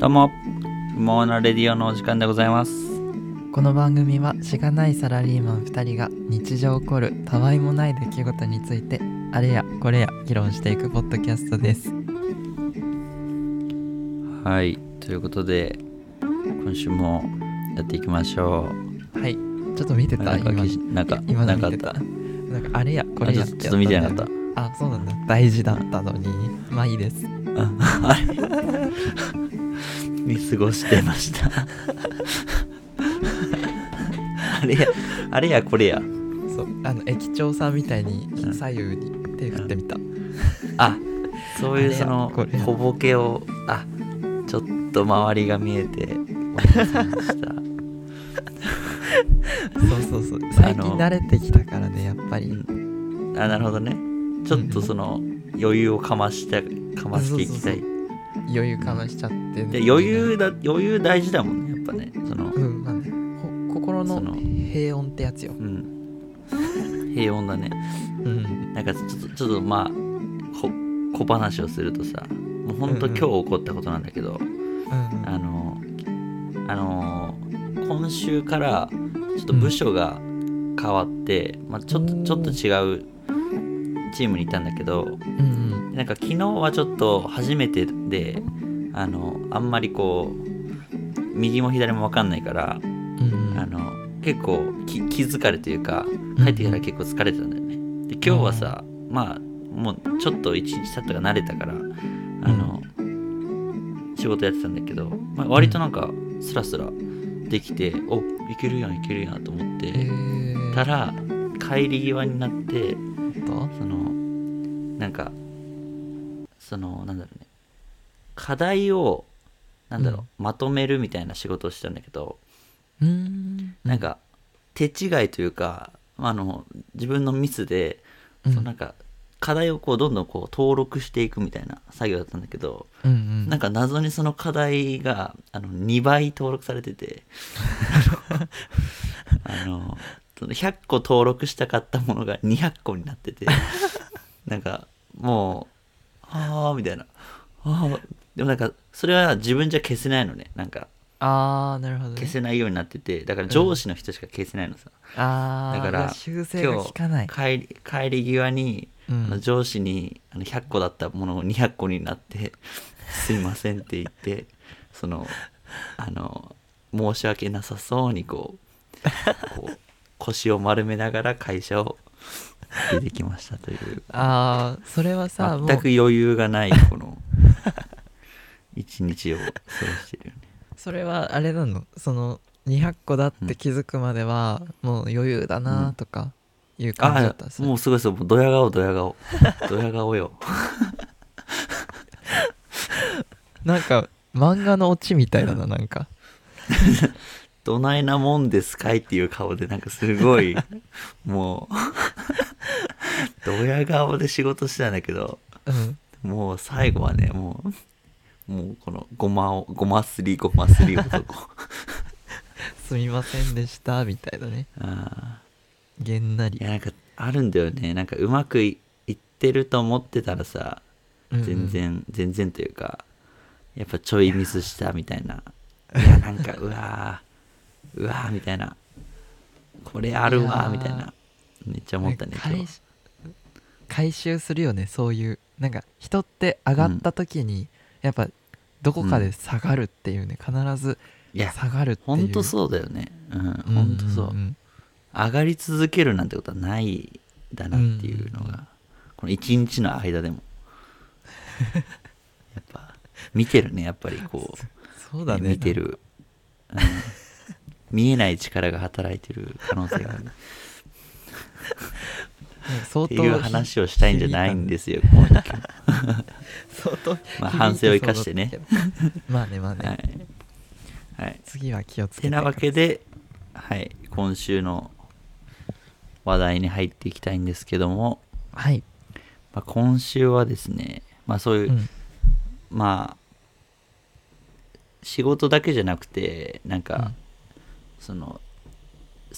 どうも、モーナレディオのお時間でございます。この番組はしがないサラリーマン2人が日常起こるたわいもない出来事についてあれやこれや議論していくポッドキャストですはい、ということで、今週もやっていきましょはいちょっと見てう。たなんか今き、なんか、今なのんかあ見ってたた。なんかあれやこれやあちょてちょっと見てなかったやんだよねあそうなんだ大事だったのにまあいいですああれ 見過ごしてました。 あれや、あれやこれや。そうあの駅長さんみたいに左右に手振ってみた、あ、そういうあれやそのこれ、や小ボケを、あ、ちょっと周りが見えて、思い出しました。そうそうそう最近慣れてきたからねやっぱり、うんあなるほどねちょっとその余裕をかましてかましていきたいそう余裕かましちゃってね、で余裕だ余裕大事だもんねやっぱねそのうんまあねほ心のその平穏ってやつようん平穏だねうんなんかちょっとちょっとまあこ小話をするとさもうほんとう今んうん日起こったことなんだけど、うんあのあの今週からちょっと部署が変わって、まあ、ちょっとちょっと違うチームにいたんだけどうんなんか昨日はちょっと初めてであのあんまりこう右も左も分かんないから、うんうんあの結構き気疲れというか帰ってから結構疲れてたんだよね。で今日はさ、まあもうちょっと一日経ったから慣れたからあの、仕事やってたんだけど、まあ、割となんかスラスラできて、おいけるやんいけるやんと思って、えー、たら帰り際になって。とそのなんかそのなんだろうね課題をなんだろう、まとめるみたいな仕事をしてたんだけどうーんなんか手違いというかあの自分のミスで、うんそのなんか課題をこうどんどんこう登録していくみたいな作業だったんだけど、うんうんなんか謎にその課題があの2倍登録されててあのその100個登録したかったものが200個になって てなんかもうああみたいなあーでもなんかそれは自分じゃ消せないのねなんかああなるほど、ね、消せないようになっててだから上司の人しか消せないのさ、ああだから修正が今効かない日帰り帰り際に、うんあの上司にあの100個だったものを200個になって 「すいません」って言ってそのあの申し訳なさそうにこう こう腰を丸めながら会社を 出てきましたというああそれはさもう全く余裕がないこ の一日を過ごしてるよね。それはあれなのその200個だって気づくまではもう余裕だなとかいう感じだあった、あそれもうすごいですよもうドヤ顔ドヤ顔ドヤ顔よ。なんか漫画のオチみたいだななんかどないなもんですかいっていう顔でなんかすごいもうドヤ顔で仕事してたんだけどうんもう最後はねもうもうこのごまをごますりごますり男すみませんでしたみたいなねあげんなりーいやなんかあるんだよねなんかうまくいいってると思ってたらさうんうん全然、全然というかやっぱちょいミスしたみたい ないやなんかうわーうわーみたいなこれあるいわやーーみたいなめっちゃ思ったね今回日収回収するよねそういうなんか人って上がった時に、やっぱどこかで下がるっていうね、必ずいや下がるっていうほんとそうだよねうんんほんとそう,、ん上がり続けるなんてことはないだなっていうのが、うんうんうこの一日の間 でもやっぱ見てるねやっぱりこうそうだね見てる、うん見えない力が働いてる可能性があるなんか相って当いう話をしたいんじゃないんでですよ、この 時は相当まあ反省を生かしてね響いそうだったけどまあねまあね、はい。はい。次は気をつてけてなわけで、はい、今週の話題に入っていきたいんですけども、はい、まあ、今週はですね、まあそういう、うんまあ、仕事だけじゃなくて、なんか、うんその、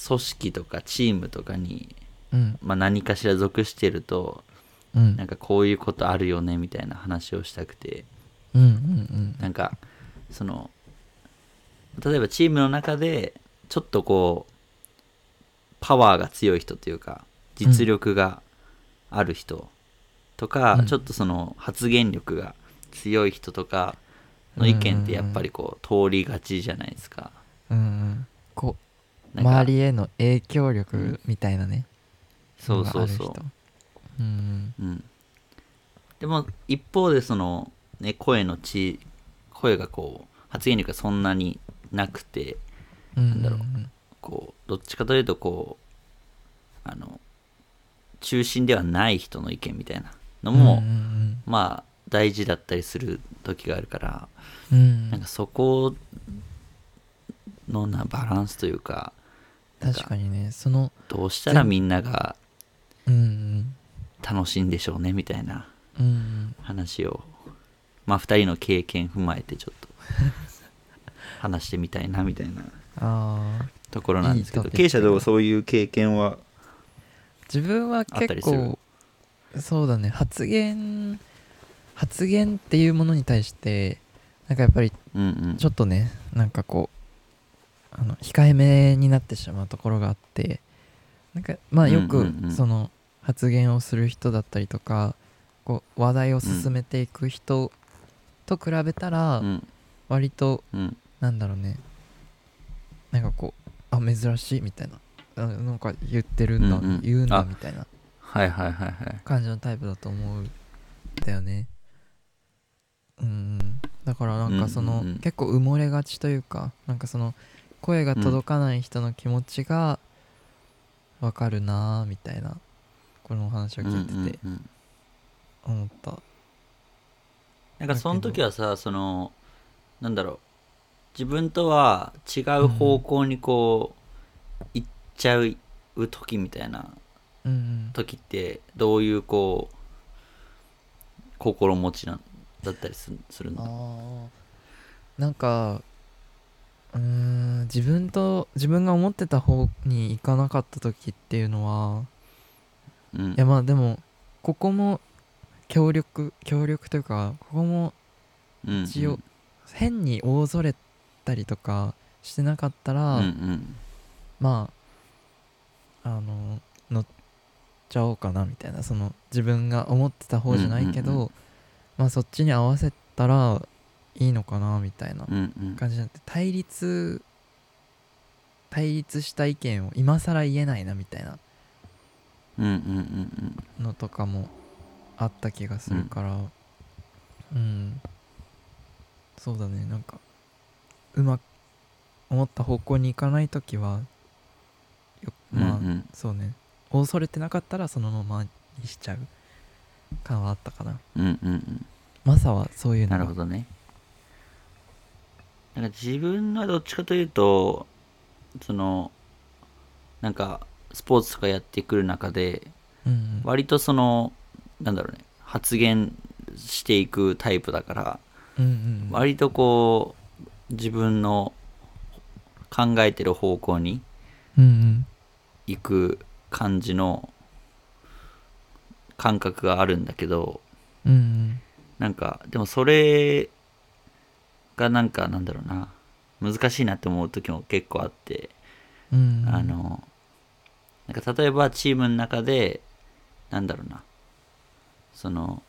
組織とかチームとかに、うんまあ、何かしら属してると、うんなんかこういうことあるよねみたいな話をしたくて、うんうんうんなんかその例えばチームの中でちょっとこうパワーが強い人というか実力がある人とか、うんちょっとその発言力が強い人とかの意見ってやっぱりこう通りがちじゃないですか。うんうんこうなんか周りへの影響力みたいなねそうそうのそがある人うんう、うん、でも一方でその、ね、声のち声がこう発言力がそんなになくて、うんなんだろううんこうどっちかというとこうあの中心ではない人の意見みたいなのも、うんうんまあ大事だったりする時があるからうんうんなんかそこのなバランスというかなんか確かにねそのどうしたらみんながうん楽しいんでしょうねみたいなうんうん話をまあ2人の経験踏まえてちょ っと話してみたいなみたいなああところなんですけいどいトピッ経クだ営者どうそういう経験は自分はあった結りする構そうだね発言発言っていうものに対してなんかやっぱりうんうんちょっとねなんかこうあの控えめになってしまうところがあってなんかまあようくんうんうんその発言をする人だったりとかこう話題を進めていく人と比べたらうん割とうんなんだろうねなんかこうあ珍しいみたいなあなんか言ってるんだ、うんうん言うんだあみたいなはいはいはいはい感じのタイプだと思うんだよねうんだからなんかその、うんうんうん結構埋もれがちというかなんかその声が届かない人の気持ちがわかるなーみたいなこのお話を聞いててうんうんうん思ったなんかその時はさそのなんだろう自分とは違う方向にこう、行っちゃう時みたいなうんうん時ってどういうこう心持ちなんだったりするするのあーなんかうーん自分と自分が思ってた方に行かなかった時っていうのはうんいやまあでもここも協力協力というかここもうん一応変に大それたりとかしてなかったうら、んうんまああの乗っちゃおうかなみたいなその自分が思ってた方じゃないけど、うんうんうまあそっちに合わせたらいいのかなみたいなうんうん感じになって対立対立した意見を今更言えないなみたいなうんうんうんうんのとかもあった気がするからうん、そうだねなんかうまく思った方向に行かない時はようんまあ、うんうんそうね恐れてなかったらそのままにしちゃう感はあったかなうんうんうんマサはそういうのながるほどね。なんか自分はどっちかというと、その、なんか、スポーツとかやってくる中で、うんうん割とその、なんだろうね、発言していくタイプだから、うんうん割とこう、自分の考えてる方向にうん行く感じの感覚があるんだけど、うんうんなんか、でもそれがなんか、なんだろうな、難しいなって思う時も結構あって、うんうんあの、なんか例えばチームの中で、なんだろうな、その、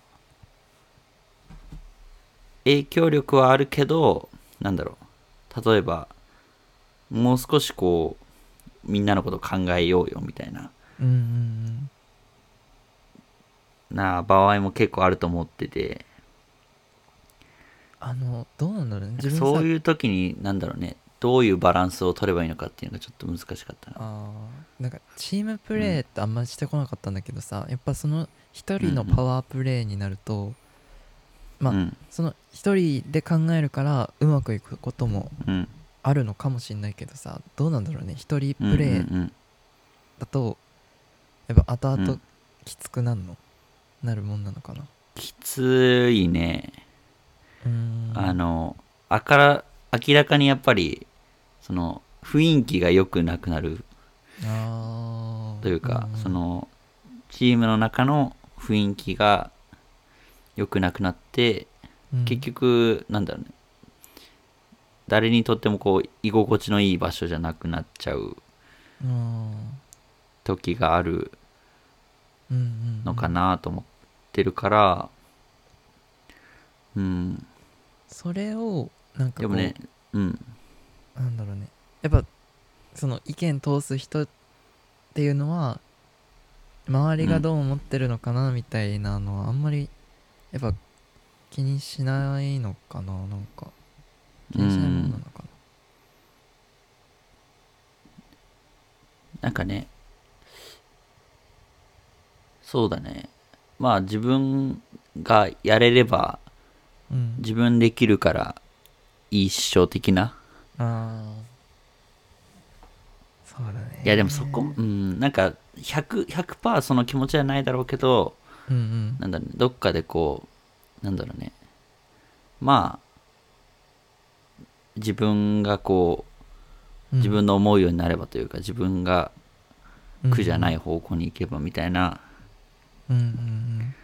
影響力はあるけど、なんだろう、例えば、もう少しこう、みんなのこと考えようよみたいな、うんうんな場合も結構あると思ってて、あのどうなんだろうね自分さそういう時に何だろうねどういうバランスを取ればいいのかっていうのがちょっと難しかったなあーなんかチームプレーってあんまりしてこなかったんだけどさ、やっぱその一人のパワープレーになると、まあうんその一人で考えるからうまくいくこともうんあるのかもしれないけどさどうなんだろうね一人うんプレーうんだとやっぱ後うんう々んきつくなるの、なるもんなのかなきついねうーんあのあから明らかにやっぱりその雰囲気が良くなくなるあーというか、んんそのチームの中の雰囲気が良くなくなってうん結局なんだろうね誰にとってもこう居心地のいい場所じゃなくなっちゃううん時があるうんうんのかなと思ってるからうんそれをなんかでこもう、ねうんなんだろうねやっぱその意見通す人っていうのは周りがどう思ってるのかなみたいなのはあんまりやっぱ気にしないのかななんか気うにしないものなのんかなんかねそうだねまあ自分がやれればなうん自分できるから一生的なああそうだねいやでもそこうんなんか 100%, 100その気持ちはないだろうけどうんうんなんだろうねどっかでこうなんだろうねまあ自分がこううん自分の思うようになればというか、自分が苦じゃないい方向に行けばみたいなうんうん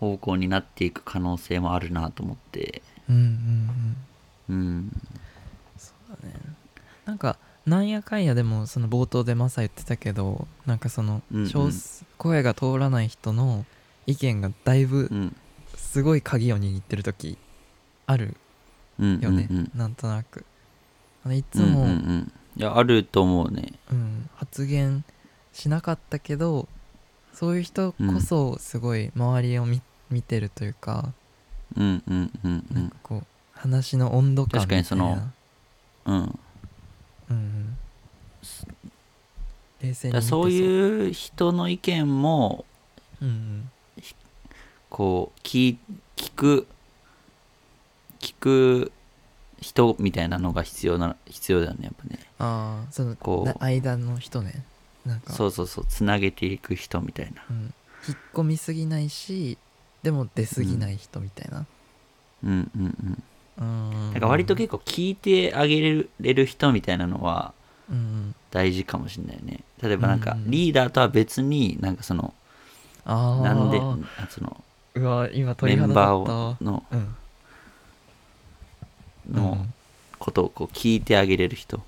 方向になっていく可能性もあるなと思ってうんうんうんうんうんなんかなんやかんやでもその冒頭でマサ言ってたけどなんかそのうんうん少数声が通らない人の意見がだいぶうんすごい鍵を握ってる時あるうんうんよね、うんなんとなくあのいうつんうも、うんうんんいやあると思うね発言しなかったけどそういう人こそすごい周りを見見てるというか、うんうんうんうなんんかこう話の温度感確みたかいになそのうんうんうん冷静だかに見らてそういう人の意見もうんうんこう聞聞く聞く人みたいなのが必要な必要だよねやっぱねああそのこうな間の人ねなんかそうそうそうつなげていく人みたいなうん、引っ込みすぎないしでも出すぎない人みたいなうんうんうんうだんから割と結構聞いてあげれるれる人みたいなのはうんうん大事かもしれないね例えばなんかうんリーダーとは別になんかそのああなんであそのうわ今メ鳥肌ン立ったバーをのうんうのんことをこう聞いてあげれる人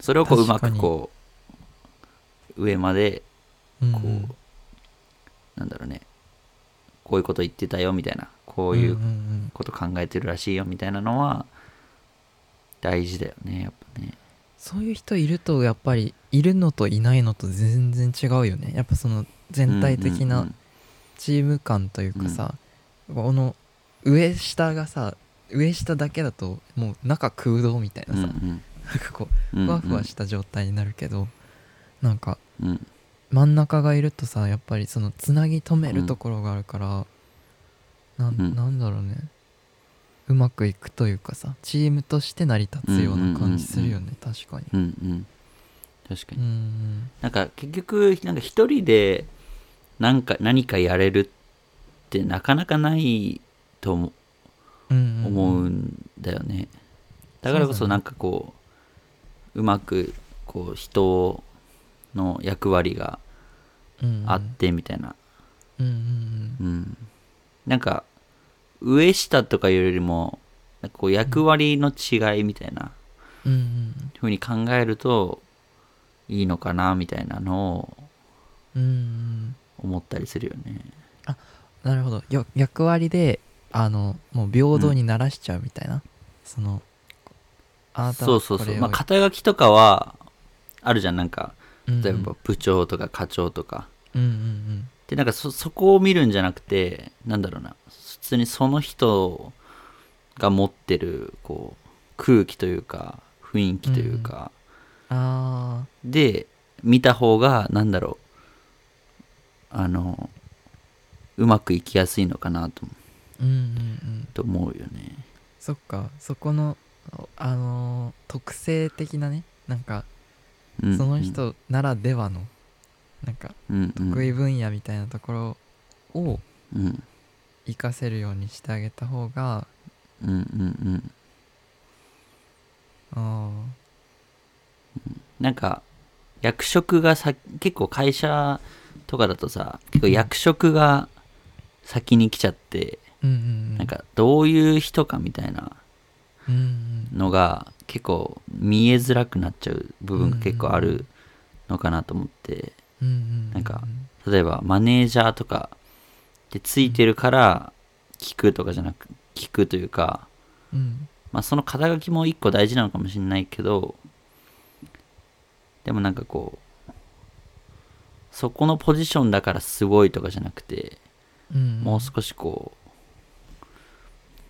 それをこううま確かくにこう上までうんこう、うんなんだろうねこういうこと言ってたよみたいなこういうんんこと考えてるらしいよみたいなのは大事だよねやっぱねそういう人いるとやっぱりいるのといないのと全然違うよねやっぱその全体的うなんチーム感というかさ、この上下がさ上下だけだともう中空洞みたいなうんさ、うなんんかこううんふわふわした状態になるけど、なんかうんうん真ん中がいるとさやっぱりそのつなぎ止めるところがあるから、なんうんなんだろうねうまくいくというかさチームとして成り立つような感じするよね、確かに。うんうん確かうにんなんか結局なんか一人でなんか何かやれるってなかなかないと思ううん思ううんんだよね、だからこそそうなだねんかこううまくこう人の役割がうんあってみたいなうんうんうん、なんか上下とかいうよりもなんかこう役割の違いみたいなうんうん風に考えるといいのかなみたいなのをうんうん思ったりするよねなるほどよ役割であのもう平等にならしちゃうみたいな、そのあなたそはうそうこそうれをまあ肩書きとかはあるじゃんなんかうん例えば部長とか課長とか、うんうんでなんかそそこを見るんじゃなくてなんだろうな普通にその人が持ってるこう空気というか雰囲気というか、うんああで見た方がなんだろうあのうまくいきやすいのかなとうんうんうんと思うよねそっかそこのあのー特性的なねなんかうんその人ならではの、なんかうんうん得意分野みたいなところをうんうん活かせるようにしてあげた方がうんうんあーなんか役職がさ結構会社とかだとさ結構役職が先に来ちゃって、うんうんうんなんかどういう人かみたいなうんうんのが結構見えづらくなっちゃう部分が結構あるのかなと思って、うんうんなんか例えばマネージャーとかでついてるから聞くとかじゃなく聞くというか、うんまあ、その肩書きも一個大事なのかもしれないけどでもなんかこうそこのポジションだからすごいとかじゃなくて、うんもう少しこう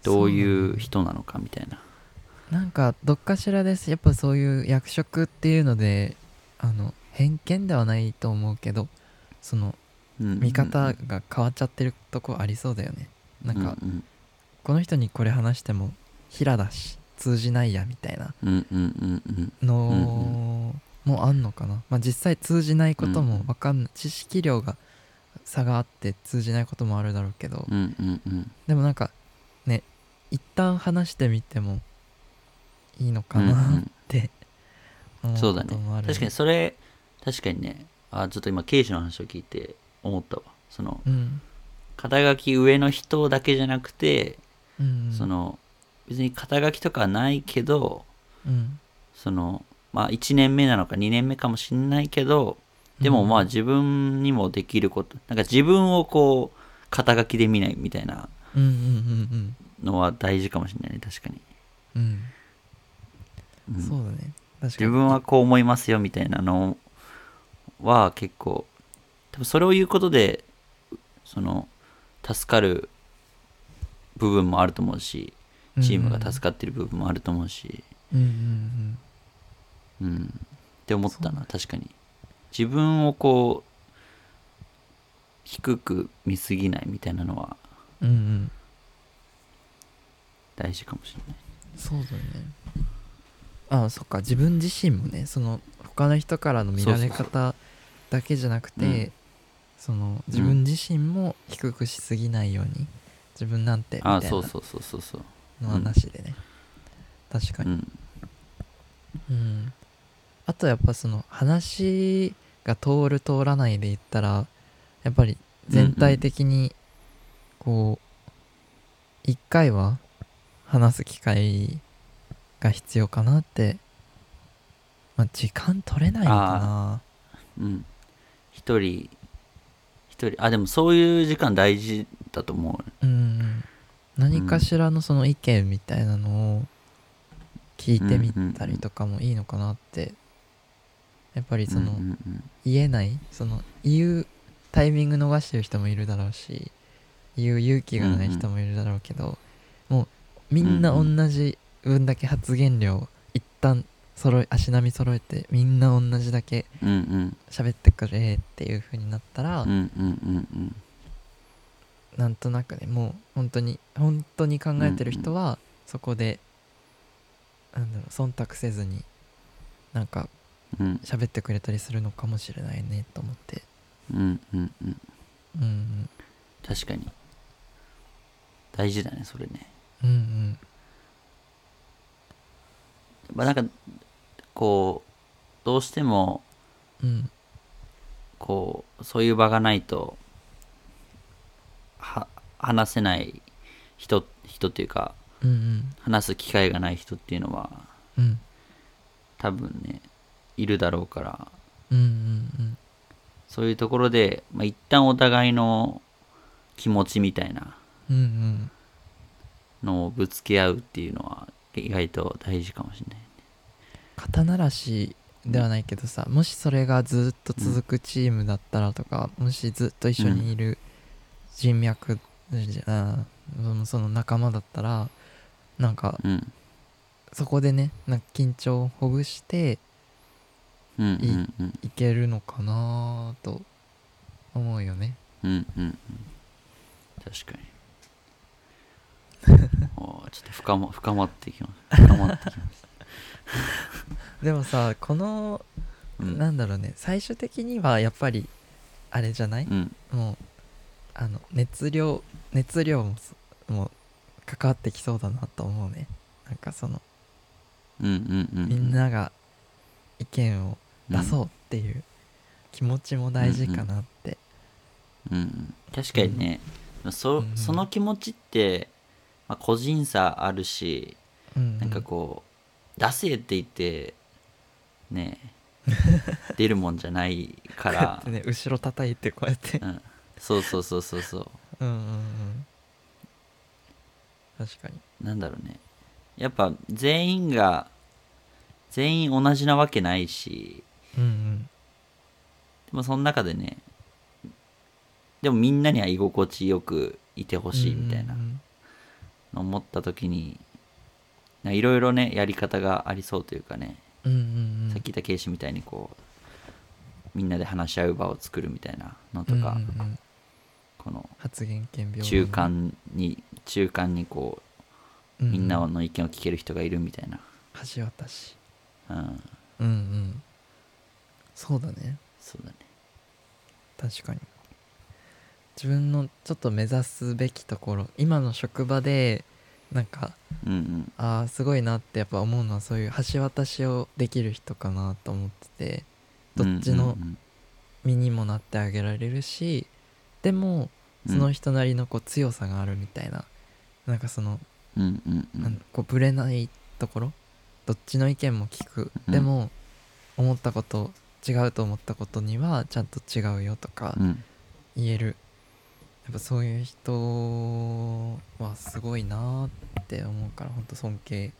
どういう人なのかみたいななんかどっかしらですやっぱそういう役職っていうのであの偏見ではないと思うけどそのうん見方が変わっちゃってるとこありそうだよねなんか、うんこの人にこれ話しても平だし通じないやみたいなうんうんうんうんのもあんのかな、まあ、実際通じないこともわかんない、知識量が差があって通じないこともあるだろうけど、うんうんうんでもなんかね一旦話してみてもいいのかうんうなんって思そうだこねともある確かにそれ確かにねあちょっと今刑事の話を聞いて思ったわそのうん肩書き上の人だけじゃなくて、うんうんその別に肩書きとかはないけどうんそのまあ1年目なのか2年目かもしれないけどでもまあ自分にもできることなんか自分をこう肩書きで見ないみたいなうんうんうんのは大事かもしれないね確かに、うんうん、うんそうだね確かに自分はこう思いますよみたいなのは結構多分それを言うことでその助かる部分もあると思うしチームが助かってる部分もあると思うし、うんうんうんうんって思ったな確かに自分をこう低く見すぎないみたいなのはうんうん大事かもしれないそうだねあそっか自分自身もねその他の人からの見られそう方だけじゃなくてそうんの自分自身も低くしすぎないように自分なんてみたあいあなそうそうそうそうそう、の話でね、確かうに、ん、うん、あとやっぱその話が通る通らないで言ったらやっぱり全体的にこう一回は話す機会が必要かなってまあ時間取れないのかうん一人一人あでもそういう時間大事だと思うなうん何かしらのその意見みたいなのを聞いてみたりとかもいいのかなってやっぱりその、うんうんうん言えないその言うタイミング逃してる人もいるだろうし言う勇気がない人もいるだろうけど、もうみんなうんう同じ分だけ発言量を一旦揃え足並み揃えてみんな同じだけうんうん喋ってくれっていう風になったら、うんうんうんうんなんとなくねもう本当に本当に考えてる人はそこで、なんだろう忖度せずになんかうん喋ってくれたりするのかもしれないねと思って。うんうんうんうんうん確かに大事だねそれねうんうんまあなんかこうどうしてもうんこうそういう場がないとは話せない人人っていうかうんうん話す機会がない人っていうのはうん多分ねいるだろうからうんうんそういうところで、まあ、一旦お互いの気持ちみたいなうんうんのをぶつけ合うっていうのは意外と大事かもしれない。肩慣らしではないけどさもしそれがずっと続くチームだったらとか、もしずっと一緒にいる人脈じゃ、あそのその仲間だったらなんかうん。そこでねなんか緊張をほぐしてうんうんうんいけるのかなと思うよねうんうんうん。確かに。おーちょっと深ま深まってきます。深まってきます。でもさこの、うんなんだろうね最終的にはやっぱりあれじゃない、うんもうあの熱量熱量もそもう関わってきそうだなと思うねなんかそのうんうんうん。みんなが意見を出そうっていう気持ちも大事かなってうんうん。確かにね、そうんその気持ちって、まあ、個人差あるし、うんなんかこう、出せって言って ね出るもんじゃないかこうや っらて、ね後ろ叩いてこうやってうん、そうそうそうそうそううんうんうん確かになんだろうねやっぱ全員が全員同じなわけないしうんうんでもその中でねでもみんなには居心地よくいてほしいみたいなうんうんのを思った時になんかいろいろねやり方がありそうというかね、うんうんうんさっき言ったケイシみたいにこうみんなで話し合う場を作るみたいなのとか、うんうんうんこの発言権病中間に中間にこうみんなの意見を聞ける人がいるみたいな、橋渡しうん、うんうんそうだねそうだね確かに自分のちょっと目指すべきところ今の職場でなんかうんうんああすごいなってやっぱ思うのはそういう橋渡しをできる人かなと思っててどっちうのんうん身にもなってあげられるし、でもうんその人なりのこう強さがあるみたいな、なんかそのうんうんうんなんこうぶれないところどっちの意見も聞く、うんでも思ったこと違うと思ったことにはちゃんと違うよとかうん言える、やっぱそういう人はすごいなーって思うからほんと尊敬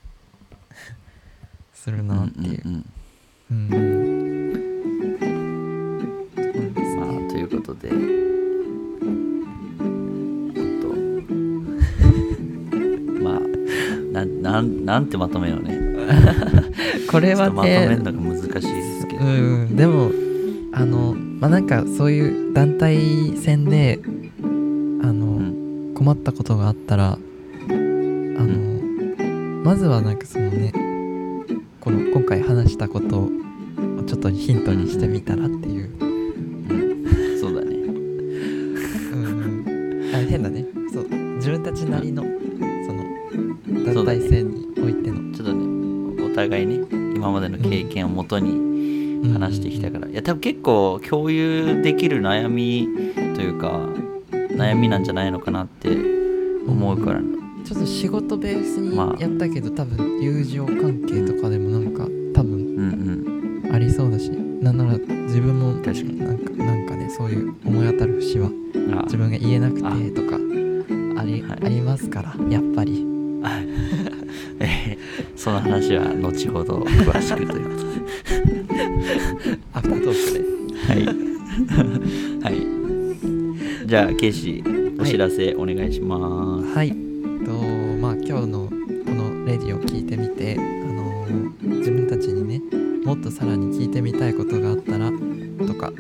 するなっていううんうんううん、そうですんねまあということでちょっと まあなんなんなんてまとめようねこちれょっはとまとめねるのが難しいですけど、うんでもあのまあなんかそういう団体戦であの、うん困ったことがあったらあの、まずはなんかそのねこの今回話したことをちょっとヒントにしてみたらっていう、うんそうだねうん、 あ変だねそう自分たちなりのそのそ団うだね体戦においての、ちょっとねお互いね今までの経験をもとにうん話してきたから、いや多分結構共有できる悩みというか悩みなんじゃないのかなって思うから、ちょっと仕事ベースにまあやったけど、多分友情関係とかでもなんか多分うんうんありそうだしなんなら自分も確かになんかなんかねそういう思い当たる節はあ自分が言えなくあてとかあり,、はいありますからやっぱりえーその話は後ほど詳しくということでアフタートークはいはいじゃあケイシお知らせお願いしま、ですはいとまあ今日のこのレディを聞いてみて、あのー自分たちにねもっとさらに聞いてみたいことがあったらとか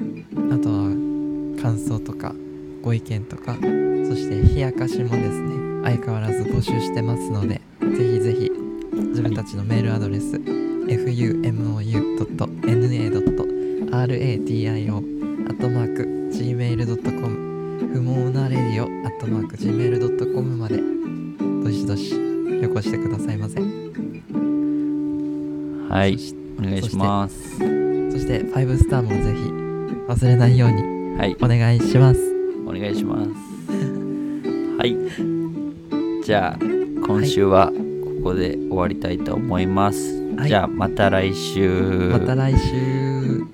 あとは感想とかご意見とかそして冷やかしもですね相変わらず募集してますのでぜひぜひ自分たちのメールアドレス、fumou.na.radio.gmail.com 不毛なレディオ .gmail.com までどしどし旅行してくださいませはそいしお願いしますそして5スターもぜひ忘れないようにはいお願いしますお願いしますはいじゃあ今週はここで終わりたいと思います、はいじゃあまた来週また来週